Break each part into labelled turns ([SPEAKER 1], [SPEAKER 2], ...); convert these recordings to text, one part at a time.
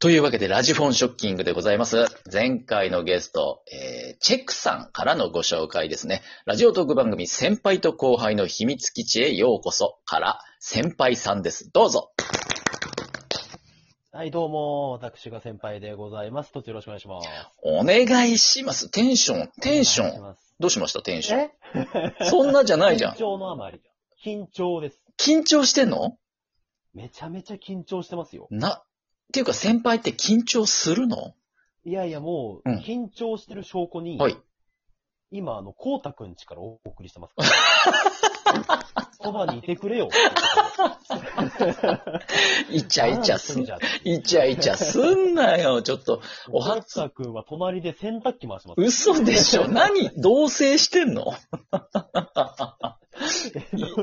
[SPEAKER 1] というわけで、ラジフォンショッキングでございます。前回のゲスト、えー、チェックさんからのご紹介ですね。ラジオトーク番組、先輩と後輩の秘密基地へようこそから、先輩さんです。どうぞ。
[SPEAKER 2] はい、どうも、私が先輩でございます。とつよろしくお願いします。
[SPEAKER 1] お願いします。テンション、テンショ
[SPEAKER 2] お
[SPEAKER 1] ン。
[SPEAKER 2] 願いし
[SPEAKER 1] どうしましたテンション。
[SPEAKER 2] ます
[SPEAKER 1] そんなじゃないじゃ
[SPEAKER 2] 緊
[SPEAKER 1] ん。
[SPEAKER 2] 張のあまり。緊張です。
[SPEAKER 1] 緊張してんの
[SPEAKER 2] めちゃめちゃ緊張してますよ。
[SPEAKER 1] な、っていうか先輩って緊張するの
[SPEAKER 2] いやいや、もう、
[SPEAKER 1] うん
[SPEAKER 2] 緊張してる証拠に、
[SPEAKER 1] はい。
[SPEAKER 2] 今、あの、こうたくんちからお送りしてますから。 そばにいてくれよ。
[SPEAKER 1] イチャイチャすん
[SPEAKER 2] んじ、ゃん。
[SPEAKER 1] イチャイチャすんなよ。ちょっと、お
[SPEAKER 2] こ
[SPEAKER 1] は
[SPEAKER 2] うたくんは隣で洗濯機回 してます。
[SPEAKER 1] 嘘でしょ。何同棲してんの
[SPEAKER 2] ど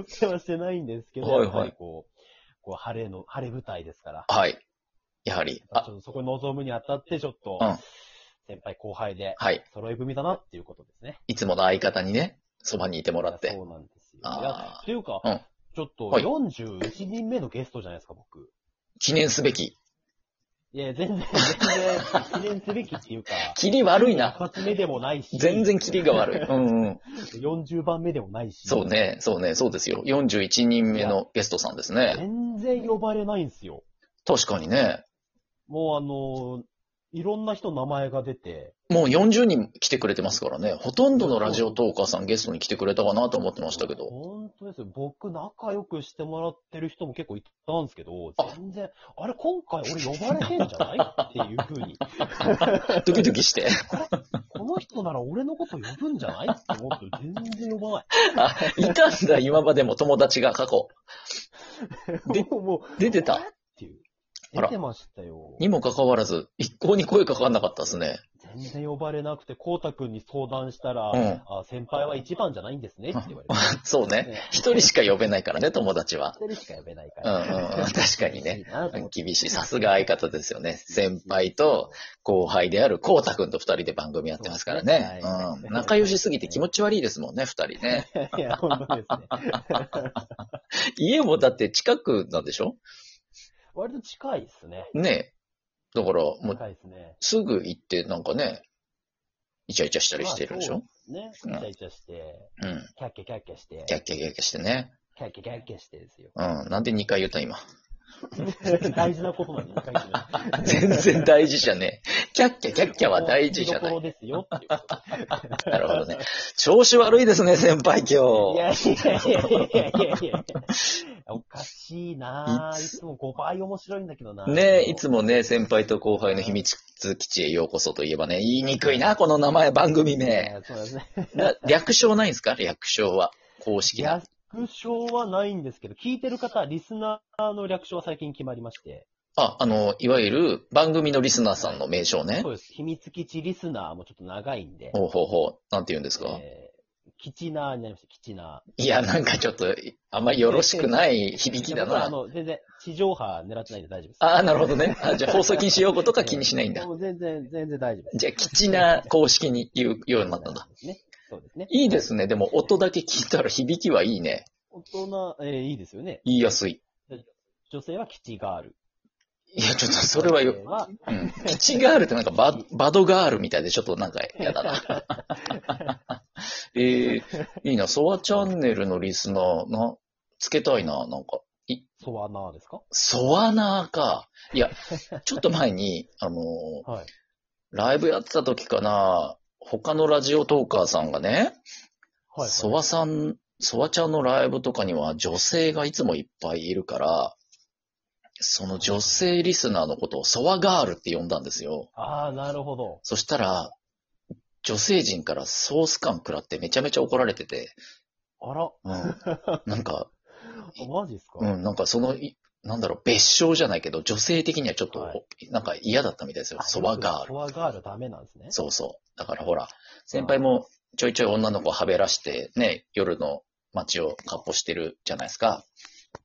[SPEAKER 2] うせはしてないんですけど、
[SPEAKER 1] はいはい
[SPEAKER 2] やっぱりこう、こう晴れの、晴れ舞台ですから。
[SPEAKER 1] はい。やはり。
[SPEAKER 2] ち
[SPEAKER 1] あ、
[SPEAKER 2] ょっとそこに臨むにあたって、ちょっと、
[SPEAKER 1] うん
[SPEAKER 2] 先輩後輩で、
[SPEAKER 1] はい。
[SPEAKER 2] 揃い踏みだなっていうことですね。
[SPEAKER 1] いつもの相方にね、そばにいてもらって。
[SPEAKER 2] そうなんですよ。いや、
[SPEAKER 1] ああ、
[SPEAKER 2] というか、
[SPEAKER 1] うん
[SPEAKER 2] ちょっと
[SPEAKER 1] はい
[SPEAKER 2] 41人目のゲストじゃないですか、僕。
[SPEAKER 1] 記念すべき。
[SPEAKER 2] いや、全然、全然、記念すべきっていうか、
[SPEAKER 1] キリ悪い
[SPEAKER 2] 一
[SPEAKER 1] な。
[SPEAKER 2] 発目でもないし、
[SPEAKER 1] 全然キリが悪い。うんうん。
[SPEAKER 2] 40番目でもないし、
[SPEAKER 1] そう。ね、そうね、そうですよ。41人目のゲストさんですね。
[SPEAKER 2] 全然呼ばれないんですよ。
[SPEAKER 1] 確かにね。
[SPEAKER 2] もうあのいろんな人の名前が出て、
[SPEAKER 1] もう40人来てくれてますからね。ほとんどのラジオトーカーさんゲストに来てくれたかなと思ってましたけど。
[SPEAKER 2] 本当ですよ。僕、仲良くしてもらってる人も結構いたんですけど
[SPEAKER 1] あ、
[SPEAKER 2] 全然、あれ、今回俺呼ばれてんじゃないっていうふ うに、
[SPEAKER 1] ドキドキして。
[SPEAKER 2] この人なら俺のこと呼ぶんじゃないって思って、全然呼ば
[SPEAKER 1] あ、いたんだ、今までも友達が過去。
[SPEAKER 2] ない。
[SPEAKER 1] で
[SPEAKER 2] もう、もう
[SPEAKER 1] 出て
[SPEAKER 2] あれ
[SPEAKER 1] た。
[SPEAKER 2] っていう。
[SPEAKER 1] あ
[SPEAKER 2] 出
[SPEAKER 1] ら
[SPEAKER 2] てましたよ。
[SPEAKER 1] にもかかわらず、一向に声かかんなかったですね。
[SPEAKER 2] 全然呼ばれなくて、こうたくんに相談したら、
[SPEAKER 1] うん
[SPEAKER 2] あ先輩は一番じゃないんですねって言われて。
[SPEAKER 1] そうね。
[SPEAKER 2] ね
[SPEAKER 1] 一人しか呼べないからね、友達は。
[SPEAKER 2] 一人しか呼べないか
[SPEAKER 1] うんう
[SPEAKER 2] ら。
[SPEAKER 1] んうん。 確かにね。
[SPEAKER 2] いいなと思って。
[SPEAKER 1] 厳しい。さすが相方ですよね。先輩と後輩であるこうたくんと二人で番組やってますからね。
[SPEAKER 2] そうです
[SPEAKER 1] う
[SPEAKER 2] ね
[SPEAKER 1] ん。仲良しすぎて気持ち悪いですもんね、二人ね。
[SPEAKER 2] いや、本当ですね。
[SPEAKER 1] 家もだって近くなんでしょ
[SPEAKER 2] 割と近いですね。
[SPEAKER 1] ねえ。だから、もう
[SPEAKER 2] 近いですね。
[SPEAKER 1] すぐ行ってなんかね、イチャイチャしたりしてるでしょ、
[SPEAKER 2] まあそう
[SPEAKER 1] うん
[SPEAKER 2] ね。イチャイチャして、
[SPEAKER 1] うん。
[SPEAKER 2] キャッキャキャッキャして
[SPEAKER 1] ギ、ャッギャッギャッギャしてね。。
[SPEAKER 2] キャッキャキャッキャしてですよ
[SPEAKER 1] うん。なんで2回言った今。
[SPEAKER 2] 大事なことなん で、一回言う
[SPEAKER 1] 全
[SPEAKER 2] の
[SPEAKER 1] 然大事じゃ ねえ。キャッキャキャッキャは大事じゃな
[SPEAKER 2] 見ど
[SPEAKER 1] い。
[SPEAKER 2] ころですよっていうこと
[SPEAKER 1] なるほどね。調子悪いですね、先輩今
[SPEAKER 2] い
[SPEAKER 1] 日。
[SPEAKER 2] やいやいやいやいやいやいや。おかしいなぁ。
[SPEAKER 1] い
[SPEAKER 2] い
[SPEAKER 1] つ
[SPEAKER 2] つも5倍面白いんだけどな
[SPEAKER 1] ねえ、いつ
[SPEAKER 2] も。
[SPEAKER 1] もね、先輩と後輩の秘密基地へようこそといえばね、言いにくいな、この名前、番組
[SPEAKER 2] い
[SPEAKER 1] 名。
[SPEAKER 2] やそうですね。
[SPEAKER 1] な略称ないんですか略称は。公式な。
[SPEAKER 2] 略称はないんですけど、聞いてる方、リスナーの略称は最近決まりまして。
[SPEAKER 1] あ、あの、いわゆる番組のリスナーさんの名称ね
[SPEAKER 2] そう。です。秘密基地リスナーもちょっと長いんで。
[SPEAKER 1] ほうほうほう。なんて言うんですか
[SPEAKER 2] えーキチナーになりました、キチナー。
[SPEAKER 1] いや、なんかちょっと、あんまりよろしくない響きだ
[SPEAKER 2] 僕はあ
[SPEAKER 1] な。
[SPEAKER 2] の、全然、地上波狙ってないんで大丈夫です。
[SPEAKER 1] ああ、なるほどね。あじゃあ放送禁止用語 とか気にしないんだ。
[SPEAKER 2] もう全然、全然大丈夫です。
[SPEAKER 1] じゃあ、基地な公式に言うようになったんだ。。
[SPEAKER 2] ね。そうですね。
[SPEAKER 1] いいですね。でも、音だけ聞いたら響きはいいね。
[SPEAKER 2] 大人、えーいいですよね。
[SPEAKER 1] 言いやすい。
[SPEAKER 2] 女性はキチガール。
[SPEAKER 1] いや、ちょっとそれはよ
[SPEAKER 2] 男、性は
[SPEAKER 1] うん。キチガールってなんかババドガールみたいでちょっとなんか嫌だ な。えー、いいな。ソワチャンネルのリスナー、な、つけたいな、なんか。
[SPEAKER 2] ソワナーですか
[SPEAKER 1] ソワナーか。い や、ちょっと前に、あのー
[SPEAKER 2] はい。
[SPEAKER 1] ライブやってた時かな、他のラジオトーカーさんがね、
[SPEAKER 2] はい。
[SPEAKER 1] ソワさん、ソワちゃんのライブとかには女性がいつもいっぱいいるから、その女性リスナーのことをソワガールって呼んだんですよ。
[SPEAKER 2] ああ、なるほど。
[SPEAKER 1] そしたら、女性陣からソース感食らってめちゃめちゃ怒られてて、
[SPEAKER 2] あら、
[SPEAKER 1] うん、なんか、
[SPEAKER 2] マジっすか、
[SPEAKER 1] うん、なんかその、いなんだろう、別称じゃないけど、女性的にはちょっと、
[SPEAKER 2] はい
[SPEAKER 1] なんか嫌だったみたいですよ。ソワガール
[SPEAKER 2] ソ。ワガールダメなんですね。
[SPEAKER 1] そうそう。だからほら、先輩もちょいちょい女の子をはべらして、ね、夜の街をかっ歩してるじゃないですか。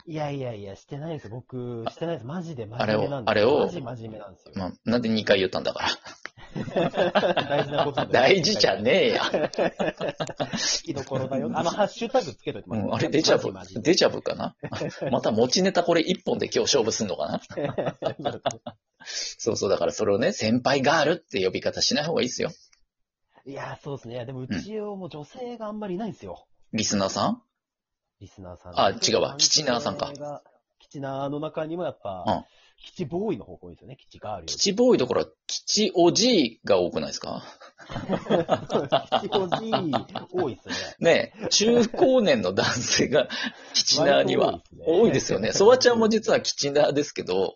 [SPEAKER 2] いやいやいや、してないです。僕、してないです。マジで真
[SPEAKER 1] あれ
[SPEAKER 2] 面
[SPEAKER 1] を
[SPEAKER 2] 目なんです
[SPEAKER 1] あれを
[SPEAKER 2] マジ真面目なんですよ。
[SPEAKER 1] まあ、なんで2回言ったんだから。
[SPEAKER 2] 大事なことで
[SPEAKER 1] 大事じゃねえや。
[SPEAKER 2] 聞きどころだよ。あの、ハッシュタグつけといても
[SPEAKER 1] う
[SPEAKER 2] ら
[SPEAKER 1] ん、あ
[SPEAKER 2] って
[SPEAKER 1] れデジャブ
[SPEAKER 2] マジ、マジ
[SPEAKER 1] デジャブかなまた持ちネタこれ1本で今日勝負すんのかな
[SPEAKER 2] で
[SPEAKER 1] そうそう、だからそれをね、先輩ガールって呼び方しない方がいいですよ。
[SPEAKER 2] いやー、そうですね。いや、でもうちはもう女性があんまりいないんですよ。
[SPEAKER 1] リスナーさん
[SPEAKER 2] リスナーさん。
[SPEAKER 1] あ違うわキチナーさんか
[SPEAKER 2] 男性が。キチナーの中にもやっぱ、
[SPEAKER 1] うん
[SPEAKER 2] キチボーイの方が多いですよね。キチガールより。
[SPEAKER 1] 基地ボーイどころ、基地おじいが多くないですか
[SPEAKER 2] そうですキチおじい多いですよね。
[SPEAKER 1] ねえ中高年の男性 がキチナーには多いですよね。
[SPEAKER 2] 割と
[SPEAKER 1] ソワちゃんも実はキチナーですけど、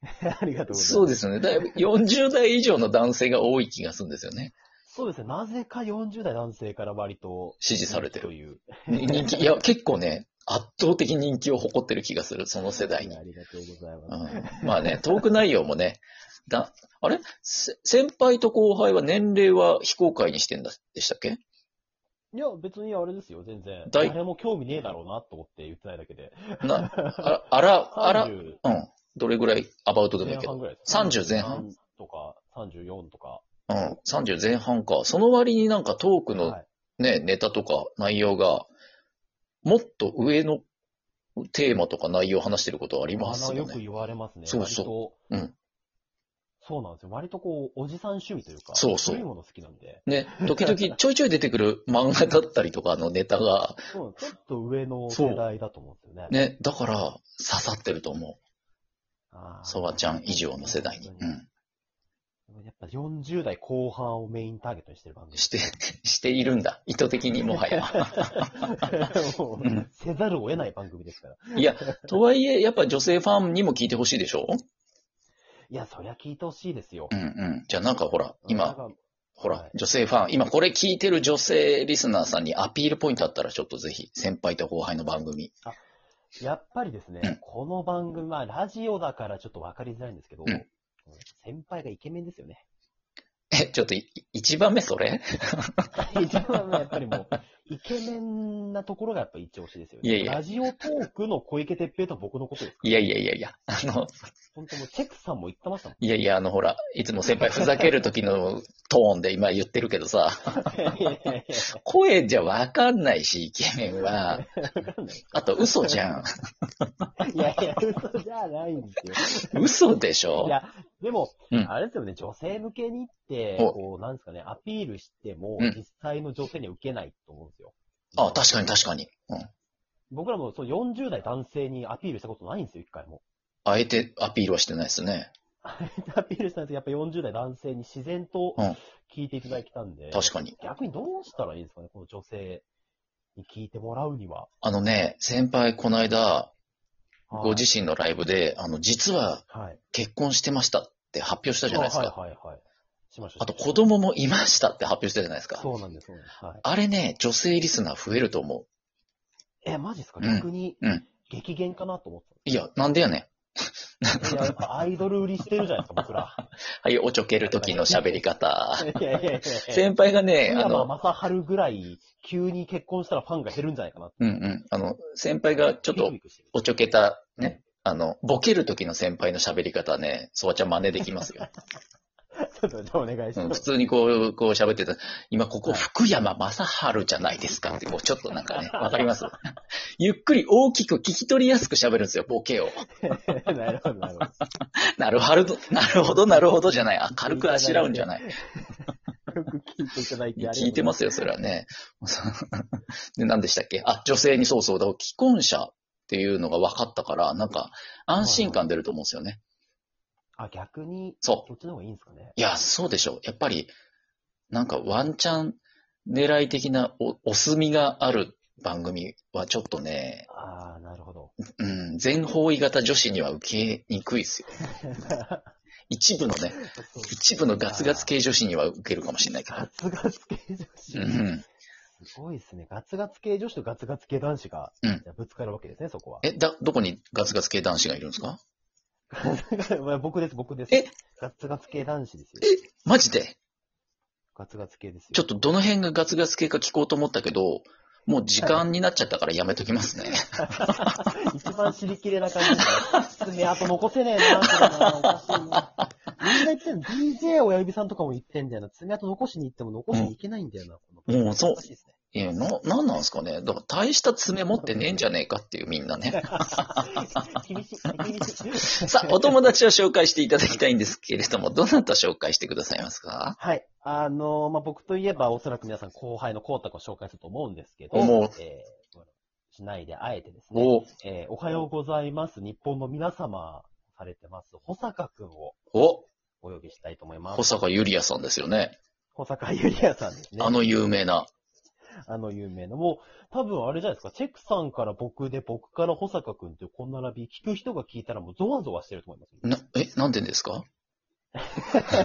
[SPEAKER 2] ありがとうございます。
[SPEAKER 1] そうですよね。だいぶ40代以上の男性が多い気がするんですよね。
[SPEAKER 2] そうですね。なぜか40代男性から割と
[SPEAKER 1] 支持されて
[SPEAKER 2] と
[SPEAKER 1] る。
[SPEAKER 2] いう。
[SPEAKER 1] 人気、いや、結構ね、圧倒的人気を誇ってる気がする、その世代に。
[SPEAKER 2] ありがとうございます。
[SPEAKER 1] うんまあね、トーク内容もね、だ、あれせ先輩と後輩は年齢は非公開にしてんだ、でしたっけ
[SPEAKER 2] いや、別にあれですよ、全然。
[SPEAKER 1] 大
[SPEAKER 2] 誰も興味ねえだろうなと思って言ってないだけで。
[SPEAKER 1] な、ああら、あら、
[SPEAKER 2] 30
[SPEAKER 1] うん。どれぐらいアバウトでもい
[SPEAKER 2] 前
[SPEAKER 1] いけど
[SPEAKER 2] 半。ぐらいです。
[SPEAKER 1] 30前半
[SPEAKER 2] 33とか、34とか。
[SPEAKER 1] うん。30前半か。その割になんかトークの
[SPEAKER 2] はい
[SPEAKER 1] ね、ネタとか内容が、もっと上のテーマとか内容を話してることはあります
[SPEAKER 2] あの
[SPEAKER 1] よ
[SPEAKER 2] よく
[SPEAKER 1] ね。
[SPEAKER 2] 言われますね。
[SPEAKER 1] そうそう
[SPEAKER 2] 割と
[SPEAKER 1] うん
[SPEAKER 2] そうなんですよ。割とこう、おじさん趣味というか、
[SPEAKER 1] そうそう
[SPEAKER 2] 古いもの好きなんで。
[SPEAKER 1] ね、時々ちょいちょい出てくる漫画だったりとかのネタが、
[SPEAKER 2] そうちょっと上の世代だと思うんですよね。
[SPEAKER 1] ね、だから刺さってると思
[SPEAKER 2] あ
[SPEAKER 1] う。
[SPEAKER 2] ー
[SPEAKER 1] ソワちゃん以上の世代に。うん。
[SPEAKER 2] やっぱ40代後半をメインターゲットにしてる番組。
[SPEAKER 1] して、 しているんだ。意図的にもはや。
[SPEAKER 2] もう
[SPEAKER 1] うん
[SPEAKER 2] せざるを得ない番組ですから。
[SPEAKER 1] いや、 とはいえ、やっぱ女性ファンにも聞いてほしいでしょ
[SPEAKER 2] いや、そりゃ聞いてほしいですよ
[SPEAKER 1] うん。うん。じゃあなんかほら、今、
[SPEAKER 2] なんか
[SPEAKER 1] ほ
[SPEAKER 2] は
[SPEAKER 1] ら
[SPEAKER 2] い、
[SPEAKER 1] 女性ファン、今これ聞いてる女性リスナーさんにアピールポイントあったら、ちょっとぜひ、先輩と後輩の番組。
[SPEAKER 2] やっぱりです
[SPEAKER 1] うん
[SPEAKER 2] ね、この番組、まあ、ラジオだからちょっとわかりづらいんですけど、
[SPEAKER 1] うん
[SPEAKER 2] 先輩がイケメンですよね。
[SPEAKER 1] え、ちょっとい、一番目それ
[SPEAKER 2] 一番はやっぱりもう、イケメンなところがやっぱ一押しですよね。
[SPEAKER 1] いやいや
[SPEAKER 2] ラジオトークの小池徹平とは僕のことですから。
[SPEAKER 1] いやいやいやいや、あの、
[SPEAKER 2] 本当もう、チェックさんも言ってましたもん。
[SPEAKER 1] いやいや、あの、ほら、いつも先輩ふざける時のトーンで今言ってるけどさ、
[SPEAKER 2] いやいやいや
[SPEAKER 1] 声じゃわかんないし、イケメンは。
[SPEAKER 2] わかんない
[SPEAKER 1] あと、嘘じ ゃん。
[SPEAKER 2] いやいや、嘘じゃないんです
[SPEAKER 1] 嘘でし
[SPEAKER 2] よ。い
[SPEAKER 1] ょ
[SPEAKER 2] や、でも、
[SPEAKER 1] うん
[SPEAKER 2] あれですよね、女性向けにって、
[SPEAKER 1] お
[SPEAKER 2] こう、なんですかね、アピールしても、
[SPEAKER 1] うん
[SPEAKER 2] 実際の女性には受けないと思うんですよ。
[SPEAKER 1] あ、確かに確かに。うん。
[SPEAKER 2] 僕らもそう40代男性にアピールしたことないんですよ、一回も。
[SPEAKER 1] あえてアピールはしてないですね。
[SPEAKER 2] アピールしたんですけど、やっぱ40代男性に自然と
[SPEAKER 1] うん
[SPEAKER 2] 聞いていただいたんで、
[SPEAKER 1] 確かに。
[SPEAKER 2] 逆にどうしたらいいですかね、この女性に聞いてもらうには。
[SPEAKER 1] あのね、先輩、この間、
[SPEAKER 2] はい
[SPEAKER 1] ご自身のライブで、あの、実は
[SPEAKER 2] はい。
[SPEAKER 1] 結婚してましたって発表したじゃないですか。
[SPEAKER 2] あはいはいはい。しましょう。
[SPEAKER 1] あと子供もいましたって発表したじゃないですか。
[SPEAKER 2] そうなんです、そうなんです。はい、
[SPEAKER 1] あれね、女性リスナー増えると思
[SPEAKER 2] え、マジですか
[SPEAKER 1] うん
[SPEAKER 2] 逆に
[SPEAKER 1] うん、
[SPEAKER 2] 激減かなと思って
[SPEAKER 1] う。いや、なんでやねん。
[SPEAKER 2] た、いや、やっぱアイドル売りしてるじゃないですか、僕ら。
[SPEAKER 1] はい、おちょける時の喋り方。
[SPEAKER 2] いやいやいやいや。
[SPEAKER 1] 先輩がね、あ
[SPEAKER 2] 今、ま
[SPEAKER 1] の、
[SPEAKER 2] あ、正春ぐらい、急に結婚したらファンが減るんじゃないかなって。
[SPEAKER 1] うんうん、あの、先輩がちょっと
[SPEAKER 2] ビクビクしてる
[SPEAKER 1] おちょけた、ね、あの、ボケる時の先輩の喋り方ね、そばちゃん真似できますよ。
[SPEAKER 2] ちょっと、じゃあお願いし
[SPEAKER 1] うん、普
[SPEAKER 2] ます。
[SPEAKER 1] 通にこう、こう喋ってた、今ここ福山雅治じゃないですかって、こうちょっとなんかね、わかります ゆっくり大きく聞き取りやすく喋るんですよ、ボケを。
[SPEAKER 2] なるほど、なるほど。
[SPEAKER 1] なるほど、なるほど、なるほどじゃない。あ軽くあしらうんじゃない。
[SPEAKER 2] よく聞いていただいてありがとうございます。
[SPEAKER 1] 聞いてますよ、それはね。 で、何でしたっけあ、女性にそうそうだ。既婚者っていうのが分かったから、なんか、安心感出ると思うんですよね。
[SPEAKER 2] あ、逆に、
[SPEAKER 1] そ
[SPEAKER 2] そっちの方がいいんですかね。
[SPEAKER 1] う。いや、そうでしょう。やっぱり、なんかワンチャン狙い的なお、お墨がある番組はちょっとね、
[SPEAKER 2] ああ、なる ほど。
[SPEAKER 1] うん、全方位型女子には受けにくいですよ。一部のね、一部のガツガツ系女子には受けるかもしれないけ
[SPEAKER 2] ガツガツ系女子。
[SPEAKER 1] ど。うん
[SPEAKER 2] すごいですね。ガツガツ系女子とガツガツ系男子が、
[SPEAKER 1] うん
[SPEAKER 2] じゃあぶつかるわけですね、そこは。
[SPEAKER 1] え、だ、どこにガツガツ系男子がいるんですか
[SPEAKER 2] まあ僕です、僕です。
[SPEAKER 1] え
[SPEAKER 2] ガツガツ系男子ですよ。
[SPEAKER 1] マジで
[SPEAKER 2] ガツガツ系ですよ。
[SPEAKER 1] ちょっとどの辺がガツガツ系か聞こうと思ったけど、もう時間になっちゃったからやめときますね。
[SPEAKER 2] 一番知りきれな感じですね。爪痕残せねえな、これなおかしいな。みんな言ってんの、DJ 親指さんとかも言ってんだよな。爪痕残しに行っても残しに行けないんだよな、この
[SPEAKER 1] もうそう
[SPEAKER 2] おかしいですね
[SPEAKER 1] いや、な、なんなんですかね。だから大した爪持ってねえんじゃねえかっていうみんなね。
[SPEAKER 2] 厳しい、厳しい。
[SPEAKER 1] さあ、お友達を紹介していただきたいんですけれども、どなた紹介してくださいますか
[SPEAKER 2] はい。あのーまあ、僕といえば、おそらく皆さん後輩のコータ君を紹介すると思うんですけど、
[SPEAKER 1] 思う
[SPEAKER 2] えーしないで、あえてですね、
[SPEAKER 1] お、
[SPEAKER 2] えーおはようございます。日本の皆様、されてます、保坂君を
[SPEAKER 1] お、
[SPEAKER 2] お呼びしたいと思いま
[SPEAKER 1] 保
[SPEAKER 2] す。
[SPEAKER 1] 坂ゆりやさんですよね。
[SPEAKER 2] 保坂ゆりやさんですね。
[SPEAKER 1] あの有名な。
[SPEAKER 2] あの有名な。もう、多分あれじゃないですか、チェックさんから僕で、僕から保坂君っていうこんな並び、聞く人が聞いたらもうゾワゾワしてると思います。
[SPEAKER 1] な、え、なんでですか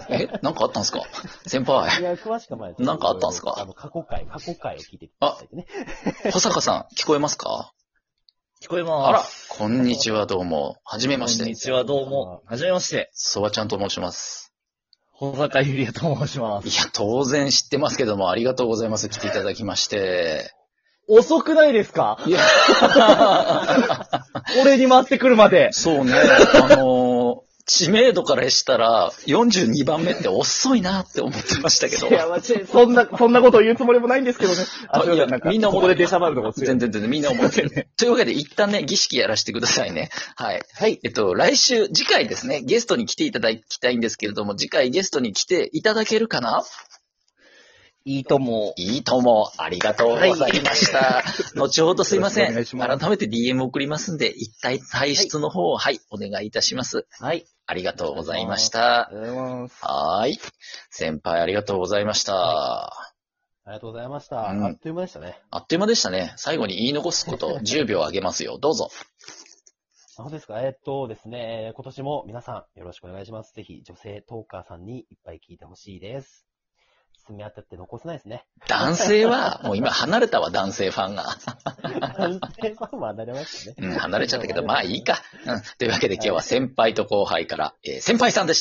[SPEAKER 1] え、なんかあったんですか先輩。
[SPEAKER 2] いや、詳しくは前
[SPEAKER 1] なんかあったんすか
[SPEAKER 2] あの、過去回、過去回を聞いていただいてね。
[SPEAKER 1] 保坂さん、聞こえますか
[SPEAKER 3] 聞こえます。
[SPEAKER 1] あら、こんにちは、どうも。はじめまし
[SPEAKER 3] こん
[SPEAKER 1] て
[SPEAKER 3] に。ちは、どうも。はじめまして。
[SPEAKER 1] そばちゃんと申します。
[SPEAKER 3] 保坂ゆりやと申しま
[SPEAKER 1] い
[SPEAKER 3] す。
[SPEAKER 1] や、当然知ってますけども、ありがとうございます。来ていただきまして。
[SPEAKER 3] 遅くないですか
[SPEAKER 1] いや、
[SPEAKER 3] 俺に回ってくるまで。
[SPEAKER 1] そうね、あのー知名度からしたら、42番目って遅いなって思ってましたけど
[SPEAKER 3] い。や、まあちそんな、 そんなことを言うつもりもないんですけどね。
[SPEAKER 1] あいや
[SPEAKER 3] なんか
[SPEAKER 1] みんな
[SPEAKER 3] ここで出しゃばるとこ強
[SPEAKER 1] 全
[SPEAKER 3] い。
[SPEAKER 1] 然全然、みんな思ってる ね。というわけで、一旦ね、儀式やらせてください ね。はい。
[SPEAKER 3] はい。
[SPEAKER 1] えっと、来週、次回ですね、ゲストに来ていただきたいんですけれども、次回ゲストに来ていただけるかない
[SPEAKER 3] いとも。
[SPEAKER 1] いいとも、ありがとうございました。後ほどすいませ
[SPEAKER 3] よ
[SPEAKER 1] ん。
[SPEAKER 3] ろしくお願いします
[SPEAKER 1] 改めて DM 送りますんで、一体体質の方を、はい、お願いいたします。
[SPEAKER 3] はい。
[SPEAKER 1] ありがとうございました。
[SPEAKER 3] ありがとうございます。
[SPEAKER 1] はーい。先輩、ありがとうございました。
[SPEAKER 2] ありがとうございました。
[SPEAKER 1] うん
[SPEAKER 2] あっという間でしたね。
[SPEAKER 1] あっという間でしたね。最後に言い残すことを10秒あげますよ。どうぞ。
[SPEAKER 2] あ本当ですかえーっとですね、えー今年も皆さんよろしくお願いします。ぜひ女性トーカーさんにいっぱい聞いてほしいです。爪当たって残せないですね。
[SPEAKER 1] 男性は、もう今離れたわ、男性ファンが。
[SPEAKER 2] 男性ファンはなれましたね。
[SPEAKER 1] うん、離れちゃったけど、まあいいか。うん。というわけで今日は先輩と後輩から、えー先輩さんでした。